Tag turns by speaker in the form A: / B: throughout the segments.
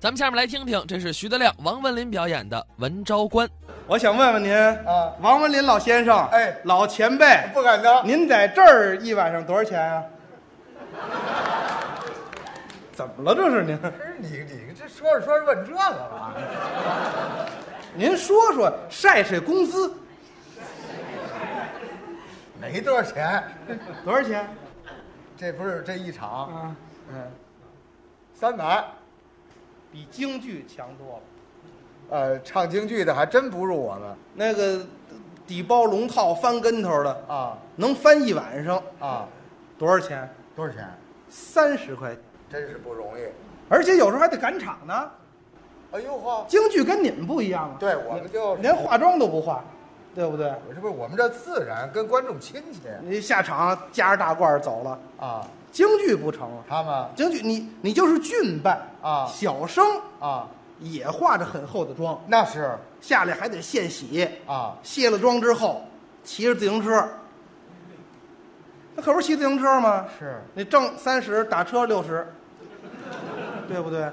A: 咱们下面来听听，这是徐德亮、王文林表演的《文昭关》。
B: 我想问问您
C: 啊
B: 王文林老先生，
C: 哎
B: 老前辈，
C: 不敢当。
B: 您在这儿一晚上多少钱啊？怎么了？这是您？
C: 不是你你这说着说着问这个了，
B: 您说说，晒晒工资
C: 没多少钱，
B: 多少钱？
C: 这不是这一场
B: 啊，
C: 嗯三百，
B: 比京剧强多了。
C: 呃，唱京剧的还真不如我们
B: 那个底包龙套翻跟头的，
C: 啊
B: 能翻一晚上，
C: 啊，
B: 多少钱？
C: 多少钱？
B: 三十块，
C: 真是不容易。
B: 而且有时候还得赶场呢。
C: 哎呦呵，
B: 京剧跟你们不一样啊，
C: 对我们就
B: 连化妆都不化，对不对？
C: 我这不是我们这自然跟观众亲切
B: 你下场夹着大褂儿走了，
C: 啊，
B: 京剧不成了。
C: 他们
B: 京剧你你就是俊扮
C: 啊
B: 小生
C: 啊，
B: 也化着很厚的妆，
C: 那是
B: 下来还得现洗，
C: 啊，
B: 卸了妆之后骑着自行车，那可不是骑自行车吗？
C: 是
B: 你挣三十，打车六十，对不对？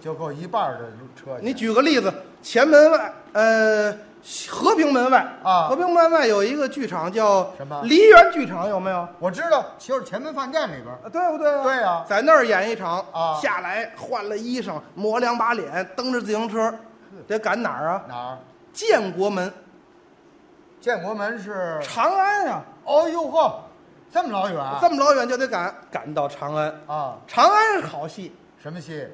C: 就够一半儿的路车钱。
B: 你举个例子，前门外，呃，和平门外
C: 啊
B: 和平门外有一个剧场叫
C: 什么
B: 梨园剧场有没有？
C: 我知道，就是前门饭店里边儿
B: 啊对不对、啊？
C: 对啊
B: 在那儿演一场
C: 啊
B: 下来换了衣裳，抹两把脸，蹬着自行车，得赶哪儿啊？
C: 哪儿？
B: 建国门，
C: 建国门是
B: 长安呀、
C: 哦呦呵，这么老远啊？
B: 这么老远就得赶，赶到长安。
C: 啊？
B: 长安是好戏，
C: 什么戏？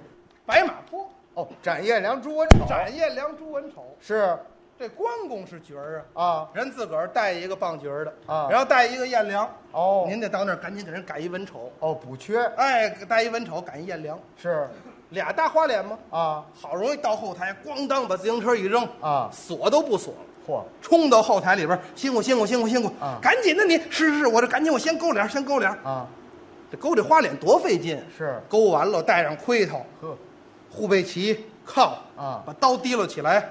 B: 白马坡，
C: 哦，斩叶梁朱文丑
B: 斩颜良、朱文丑，
C: 是
B: 这关公是角儿啊。
C: 啊？
B: 人自个儿带一个棒角儿的
C: 啊
B: 然后带一个颜良，
C: 哦，
B: 您得到那儿赶紧给人改一文丑，
C: 哦补缺
B: 哎，带一文丑赶一颜良，
C: 是
B: 俩大花脸吗？
C: 啊
B: 好容易到后台，咣当把自行车一扔，
C: 啊，
B: 锁都不锁了。
C: 嚯
B: 冲到后台里边，辛苦辛苦辛苦辛苦
C: 啊
B: 赶紧的你，是是是，我这赶紧，我先勾脸，先勾脸。
C: 啊
B: 这勾这花脸多费劲，
C: 是
B: 勾完了戴上盔头，
C: 呵
B: 护背旗靠
C: 啊
B: 把刀提溜起来，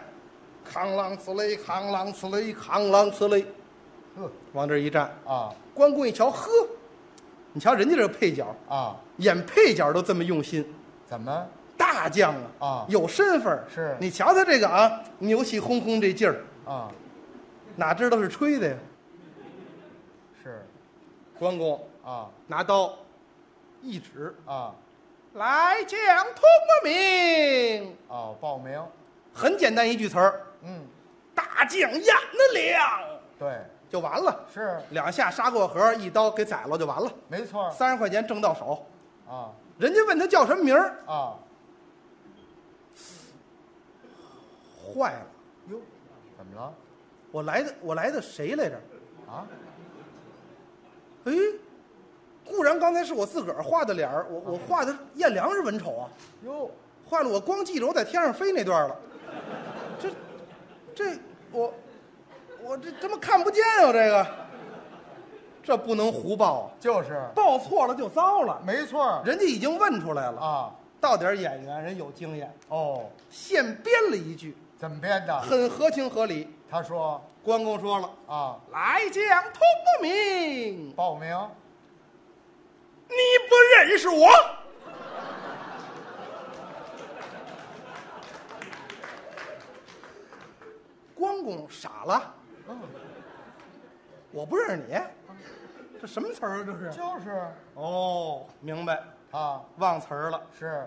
B: 扛啷呲嘞，扛啷呲嘞，扛啷呲嘞，
C: 呵
B: 往这儿一站，
C: 啊
B: 关公一瞧，呵，你瞧人家这个配角，
C: 啊，
B: 演配角都这么用心，
C: 怎么
B: 大将啊，
C: 啊
B: 有身份儿
C: 是
B: 你瞧他这个啊，牛气哄哄这劲儿，
C: 啊
B: 哪知道是吹的呀？
C: 是
B: 关公
C: 啊
B: 拿刀一指，
C: 啊
B: 来将通明，
C: 哦报名
B: 很简单一句词儿，
C: 嗯
B: 大将眼的亮
C: 对
B: 就完了，
C: 是
B: 两下砂锅盒，一刀给宰了就完了，
C: 没错
B: 三十块钱挣到手。
C: 啊
B: 人家问他叫什么名儿，
C: 啊
B: 坏了，
C: 哟怎么了
B: 我来的我来的谁来着？
C: 啊
B: 哎，固然刚才是我自个儿画的脸儿，我我画的颜良是文丑啊，
C: 哟
B: 坏了，我光记着我在天上飞那段了，这这我我这他妈看不见啊，这个这不能胡报啊，
C: 就是
B: 报错了就糟了，
C: 没错儿
B: 人家已经问出来了，
C: 啊
B: 到点儿演员人有经验，
C: 哦
B: 现编了一句，
C: 怎么编的？
B: 很合情合理。
C: 他说
B: 关公说了
C: 啊：“
B: 来将通明，
C: 报名
B: 你不认识我。”关公傻了，我不认识你，这什么词儿啊？这是？
C: 就是
B: 哦，明白，
C: 啊
B: 忘词儿了。
C: 是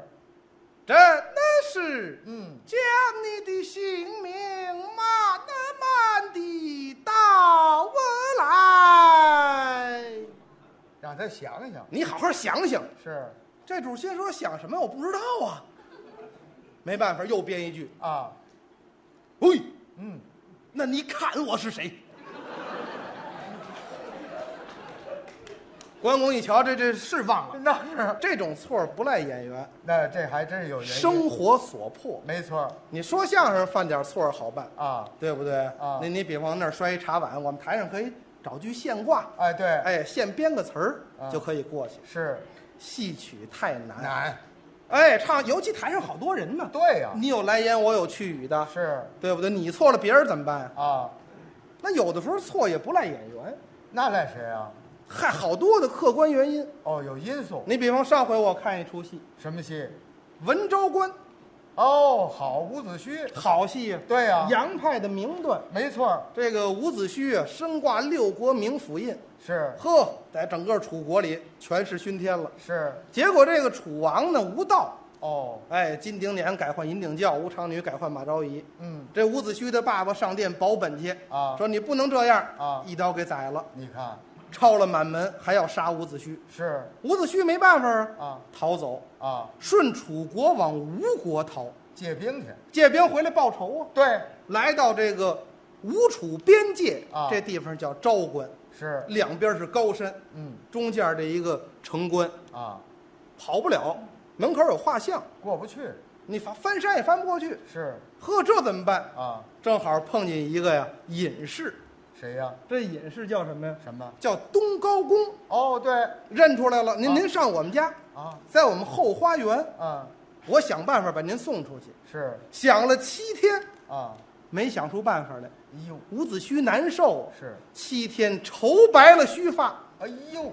B: 真的是，
C: 嗯
B: 将你的姓名慢慢的道我来。
C: 让他想想
B: 你好好想想，
C: 是
B: 这主先说想什么，我不知道啊。没办法，又编一句，
C: 啊
B: 喂，
C: 嗯
B: 那你砍我是谁？ 关公一瞧，这这是忘了，
C: 那是
B: 这种错儿不赖演员，
C: 那这还真是有原因
B: 生活所迫。
C: 没错儿
B: 你说相声犯点错儿好办，
C: 啊
B: 对不对？
C: 啊
B: 你你比方那儿摔一茶碗，我们台上可以找句现挂，
C: 哎对
B: 哎，现编个词儿、
C: 啊
B: 就可以过去。
C: 是
B: 戏曲太难，
C: 难
B: 哎，唱尤其台上好多人呢，
C: 对呀、
B: 你有来言，我有去语的，
C: 是
B: 对不对？你错了，别人怎么办呀、
C: 啊，
B: 那有的时候错也不赖演员，
C: 那赖谁啊？
B: 还好多的客观原因。
C: 哦，有因素
B: 你比方上回我看一出戏
C: 什么戏
B: 《文昭关》，
C: 哦，好，伍子胥，
B: 好戏呀、
C: 对呀、
B: 杨派的名段。
C: 没错儿，
B: 这个伍子胥啊，身挂六国名府印，
C: 是
B: 呵，在整个楚国里权势熏天了。
C: 是，
B: 结果这个楚王呢，无道，
C: 哦，
B: 哎，金鼎脸改换银鼎教，吴长女改换马昭仪。
C: 嗯，
B: 这伍子胥的爸爸上殿保本去
C: 啊
B: 说你不能这样
C: 啊
B: 一刀给宰了，
C: 你看
B: 抄了满门，还要杀伍子胥。
C: 是
B: 伍子胥没办法
C: 啊
B: 逃走，
C: 啊，
B: 顺楚国往吴国逃，
C: 借兵去，
B: 借兵回来报仇啊。
C: 对，
B: 来到这个吴楚边界
C: 啊
B: 这地方叫昭关，
C: 是，
B: 两边是高山，
C: 嗯
B: 中间这一个城关
C: 啊，
B: 跑不了，门口有画像，
C: 过不去，
B: 你翻翻山也翻不过去。
C: 是
B: 呵，这怎么办？
C: 啊，
B: 正好碰见一个呀隐士，
C: 谁呀、
B: 这隐士叫什么呀？
C: 什么？
B: 叫东高公，
C: 哦，对，
B: 认出来了。您
C: 啊
B: 您上我们家，
C: 啊，
B: 在我们后花园，
C: 啊，
B: 我想办法把您送出去。
C: 是
B: 想了七天，
C: 啊，
B: 没想出办法来。
C: 哎呦，
B: 伍子胥难受，啊
C: 是，
B: 七天愁白了须发。
C: 哎呦，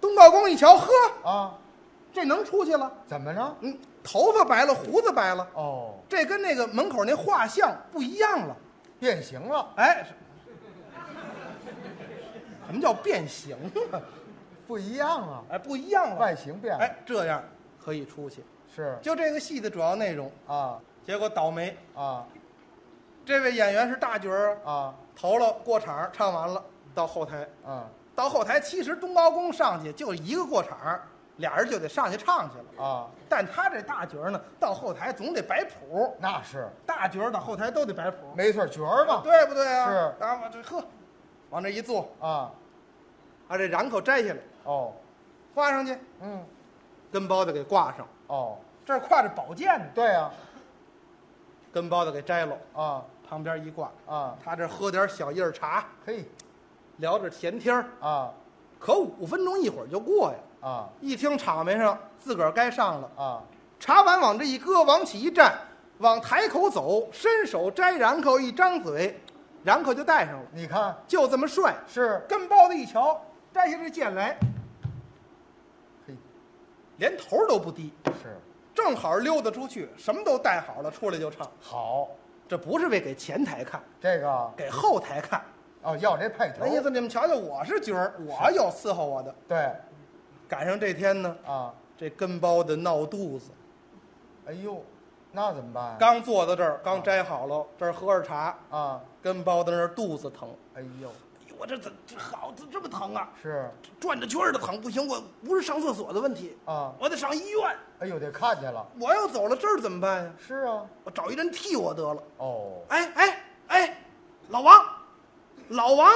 B: 东高公一瞧，呵，
C: 啊，
B: 这能出去了？
C: 怎么着？
B: 嗯，头发白了，胡子白了，
C: 哦，
B: 这跟那个门口那画像不一样了。
C: 变形了，
B: 哎，什么叫变形啊？
C: 不一样啊，
B: 哎，不一样了。
C: 外形变了，
B: 哎，这样可以出去。
C: 是
B: 就这个戏的主要内容，
C: 啊
B: 结果倒霉。
C: 啊
B: 这位演员是大角儿，
C: 啊
B: 投了过场，唱完了到后台，
C: 啊
B: 到后台其实东高公上去就一个过场，俩人就得上去唱去了。
C: 啊，
B: 但他这大角儿呢，到后台总得摆谱，
C: 那是
B: 大角儿到后台都得摆谱，
C: 没错，角儿嘛，
B: 对不对啊？
C: 是
B: 啊，我这呵，往这一坐，
C: 啊，
B: 把这瓤口摘下来，
C: 哦，
B: 挂上去，
C: 嗯，
B: 跟包子给挂上。
C: 哦，
B: 这儿挎着宝剑呢，
C: 对呀、
B: 跟包子给摘了，
C: 啊，
B: 旁边一挂。
C: 啊啊，
B: 他这喝点小叶儿茶，
C: 嘿，
B: 聊着闲天儿，
C: 啊
B: 可五分钟一会儿就过呀。
C: 啊
B: 一听场面上自个儿该上了，
C: 啊，
B: 茶碗往这一搁，往起一站，往台口走，伸手摘瓤口，一张嘴，瓤口就戴上了，
C: 你看
B: 就这么帅。
C: 是，
B: 跟包子一瞧，摘下这剑来，
C: 嘿，
B: 连头都不低，
C: 是
B: 正好溜达出去，什么都带好了，出来就唱。
C: 好，
B: 这不是为给前台看，
C: 这个
B: 给后台看。哎
C: 哦要这派头
B: 那，意思你们瞧瞧，我是角儿，我有伺候我的。
C: 对
B: 赶上这天呢，
C: 啊，
B: 这跟包的闹肚子，
C: 哎呦，那怎么办呀？
B: 刚坐到这儿，刚摘好了，这儿喝着茶，
C: 啊，
B: 跟包在那儿肚子疼。
C: 哎呦，
B: 哎呦，我这怎这好这这么疼啊？
C: 是
B: 转着圈儿的疼，不行，我不是上厕所的问题，
C: 啊，
B: 我得上医院。
C: 哎呦，得看见了，
B: 我要走了，这儿怎么办呀？
C: 是啊，
B: 我找一人替我得了。
C: 哦，
B: 哎哎哎，老王，老王，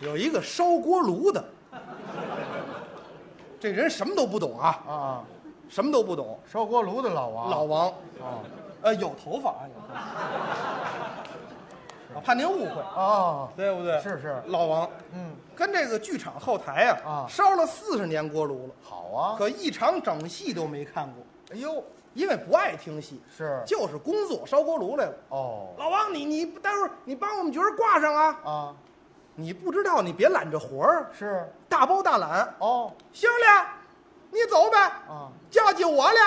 B: 有一个烧锅炉的，这人什么都不懂啊，
C: 啊，
B: 什么都不懂。
C: 烧锅炉的老王，
B: 老王，
C: 啊
B: 呃，有头发啊，有头发，我怕您误会，
C: 啊，
B: 对不对？
C: 是是
B: 老王。
C: 嗯，
B: 跟这个剧场后台呀、
C: 啊
B: 烧了四十年锅炉了，
C: 好啊，
B: 可一场整戏都没看过，
C: 哎呦，
B: 因为不爱听戏，
C: 是
B: 就是工作烧锅炉来了。
C: 哦
B: 老王，你你待会儿你帮我们角儿挂上啊！
C: 啊，
B: 你不知道，你别揽着活儿，
C: 是
B: 大包大揽。
C: 哦
B: 行了，你走吧，
C: 啊，
B: 叫起我来，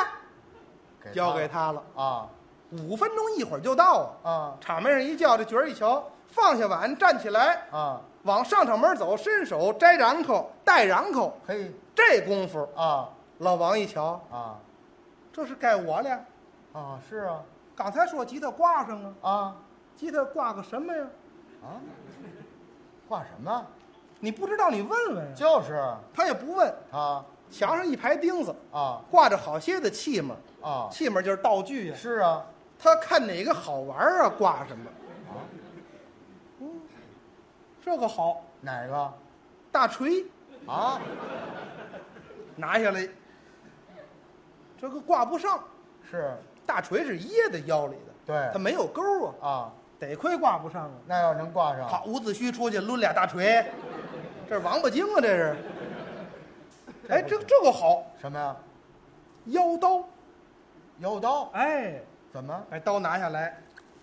C: 给
B: 交给他了。
C: 啊
B: 五分钟一会儿就到啊！
C: 啊
B: 场面上一叫，这角儿一瞧，放下碗，站起来，
C: 啊，
B: 往上场门走，伸手摘瓤口，戴瓤口。
C: 嘿
B: 这功夫，
C: 啊
B: 老王一瞧，
C: 啊
B: 这是该我了。
C: 啊，是啊
B: 刚才说吉他挂上啊，
C: 啊
B: 吉他挂个什么呀？
C: 啊，画什么？
B: 你不知道你问问呀。
C: 就是
B: 他也不问，
C: 他
B: 墙上一排钉子，
C: 啊
B: 挂着好些的器皿，
C: 啊，
B: 器皿就是道具呀。
C: 是啊
B: 他看哪个好玩儿啊，挂什么。嗯
C: 啊，
B: 这个好，
C: 哪个
B: 大锤
C: 啊？
B: 拿下来，这个挂不上。
C: 是
B: 大锤是掖在腰里的，
C: 对
B: 它没有钩儿啊，
C: 啊，
B: 得亏挂不上啊。
C: 那要能挂上
B: 好，伍子胥出去抡俩大锤，这是王八精啊，这是。哎，这这个好，
C: 什么呀？
B: 腰刀，
C: 腰刀
B: 哎，
C: 怎么
B: 把刀拿下来，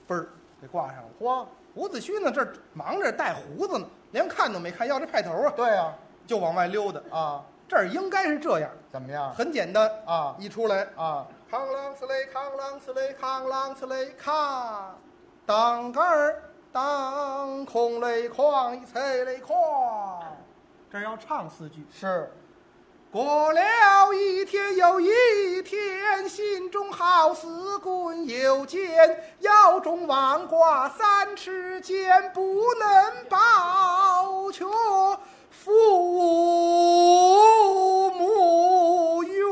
B: 嘣儿给挂上了。
C: 嚯
B: 伍子胥呢，这儿忙着带胡子呢，连看都没看，要这派头啊，
C: 对呀、
B: 就往外溜达。
C: 啊，
B: 这儿应该是这样，
C: 怎么样？
B: 很简单
C: 啊
B: 一出来，
C: 啊，
B: 康啷呲嘞，康啷呲嘞，康啷呲嘞，咔，当杆儿当空嘞哐，一踩嘞哐。这儿要唱四句。
C: 是，
B: 过了一天又一天，心中好似滚油煎，腰中王挂三尺剑，不能报却父母冤。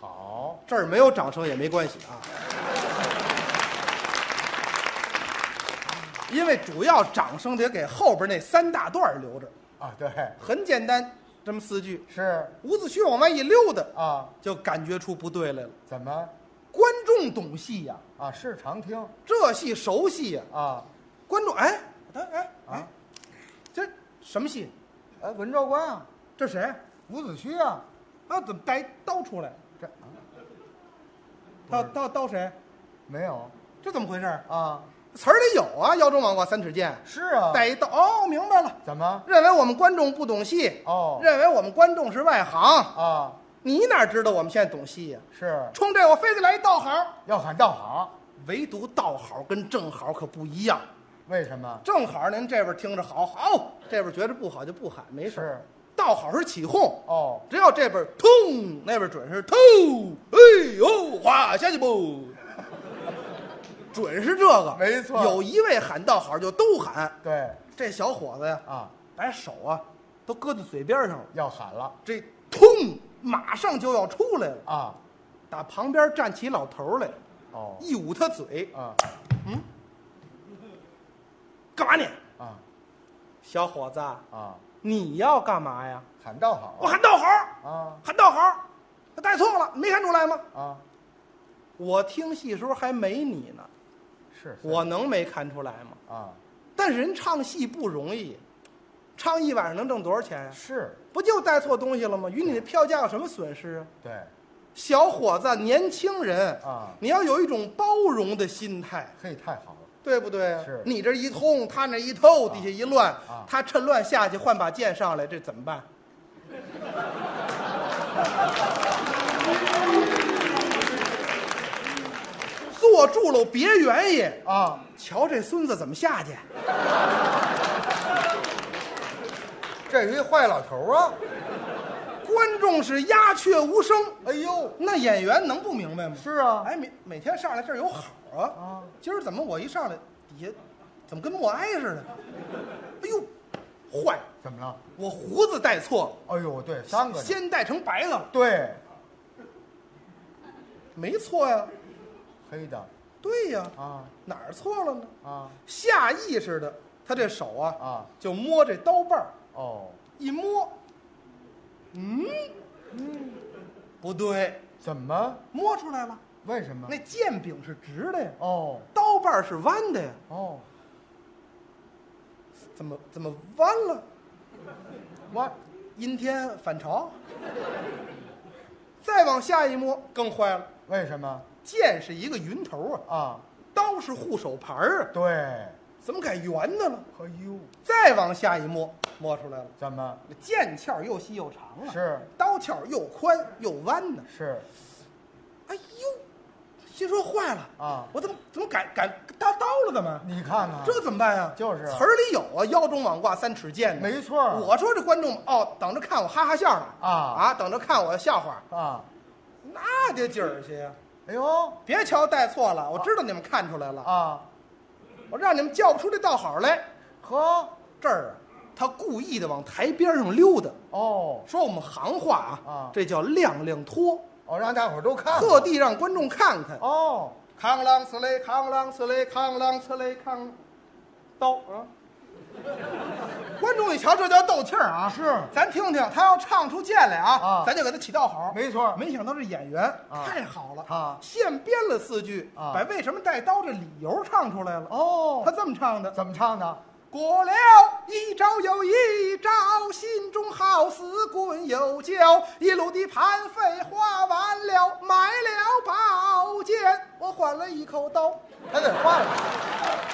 C: 好，
B: 这儿没有掌声也没关系啊，因为主要掌声得给后边那三大段儿留着。
C: 啊，对，
B: 很简单，这么四句。
C: 是，
B: 伍子胥往外一溜达，
C: 啊，
B: 就感觉出不对来了。
C: 怎么？
B: 观众懂戏呀、
C: 啊，是常听
B: 这戏熟悉呀、
C: 啊，
B: 观众哎，等哎哎
C: 啊，
B: 这什么戏？
C: 哎，文昭关啊，
B: 这谁？
C: 伍子胥啊，
B: 啊，怎么带一刀出来？啊
C: 这
B: 刀刀刀谁？
C: 没有
B: 这怎么回事？
C: 啊，
B: 词儿里有啊，腰中王挂三尺剑，
C: 是啊，
B: 带一刀。哦，明白了。
C: 怎么？
B: 认为我们观众不懂戏，
C: 哦
B: 认为我们观众是外行。
C: 啊，
B: 你哪知道我们现在懂戏呀、
C: 是
B: 冲这我非得来一道行。
C: 要喊道好，
B: 唯独道好跟正好可不一样，
C: 为什么？
B: 正好您这边听着好好，这边觉着不好就不喊，没事儿。
C: 是
B: 道好是起哄，
C: 哦，
B: 只要这边痛，那边准是痛，哎呦，哗下去不，准是这个，
C: 没错
B: 有一位喊道好就都喊，
C: 对
B: 这小伙子呀，
C: 啊，
B: 把手啊都搁在嘴边上了，
C: 要喊了
B: 这痛马上就要出来了，
C: 啊，
B: 打旁边站起老头来，
C: 哦，
B: 一捂他嘴，
C: 啊
B: 干嘛你？
C: 啊
B: 小伙子，
C: 啊，
B: 你要干嘛呀？
C: 喊道好
B: 我喊道好，
C: 啊
B: 喊道好，他带错了，你没看出来吗？
C: 啊，
B: 我听戏时候还没你呢，
C: 是是
B: 我能没看出来吗？
C: 啊，
B: 但是人唱戏不容易，唱一晚上能挣多少钱呀、
C: 是
B: 不就带错东西了吗？与你的票价有什么损失啊？
C: 对，
B: 小伙子，年轻人
C: 啊
B: 你要有一种包容的心态，
C: 嘿，太好了，
B: 对不对啊？
C: 是
B: 你这一通，他那一透，底下一乱，
C: 啊
B: 他趁乱下去换把剑上来，这怎么办？坐住喽，别原也。
C: 啊，
B: 瞧这孙子怎么下去？
C: 这是一坏老头儿啊，
B: 观众是鸦雀无声，
C: 哎呦，
B: 那演员能不明白吗？
C: 是啊，
B: 哎，每每天上来这儿有好啊，
C: 啊
B: 今儿怎么我一上来底下怎么跟默哀似的？哎呦，坏！
C: 怎么了？
B: 我胡子戴错
C: 哎呦，对，三
B: 了，
C: 个呢
B: 先戴成白的了，
C: 对
B: 没错呀，
C: 黑的
B: 对呀，
C: 啊
B: 哪儿错了呢？
C: 啊
B: 下意识的，他这手啊
C: 啊
B: 就摸这刀把儿，
C: 哦，
B: 一摸，嗯，不对，
C: 怎么？
B: 摸出来了，
C: 为什么
B: 那？剑柄是直的呀，
C: 哦
B: 刀把儿是弯的呀，
C: 哦，
B: 怎么怎么弯了？
C: 我
B: 阴天反潮。再往下一摸更坏了，
C: 为什么
B: 剑是一个云头啊，
C: 啊？
B: 刀是护手牌儿啊，
C: 对，
B: 怎么改圆的了？
C: 哎呦，
B: 再往下一摸，摸出来了，
C: 怎么
B: 这剑鞘又细又长啊，
C: 是
B: 刀鞘又宽又弯呢。
C: 是
B: 哎呦，心说坏了
C: 啊
B: 我怎么怎么改改刀刀了？怎么？
C: 你看看，
B: 这怎么办呀、
C: 就是啊
B: 词儿里有啊，腰中网挂三尺剑呢。
C: 没错儿
B: 我说这观众哦，等着看我哈哈笑呢
C: 啊
B: 啊，等着看我笑话，
C: 啊，
B: 那得劲儿去呀！
C: 哎呦
B: 别瞧带错了，我知道你们看出来了，
C: 啊，
B: 我让你们叫不出这道好来。
C: 呵
B: 这儿啊，他故意的往台边上溜达，
C: 哦
B: 说我们行话啊，
C: 啊
B: 这叫踉踉跄，
C: 哦，让大伙儿都看
B: 特地让观众看看。
C: 哦，
B: 扛啷呲嘞，扛啷呲嘞，扛啷呲嘞，扛刀啊！观众一瞧，这叫斗气儿啊！
C: 是
B: 咱听听，他要唱出剑来啊，
C: 啊
B: 咱就给他起道好。
C: 没错儿
B: 没想到这演员、
C: 啊
B: 太好了，
C: 他
B: 现编了四句，
C: 啊
B: 把为什么带刀这理由唱出来了。
C: 哦
B: 他，这么唱的：
C: 怎么唱的？
B: 过了一招又一招，心中好似滚又焦，一路的盘费花完了，买了宝剑，我换了一口刀。
C: 还得换了。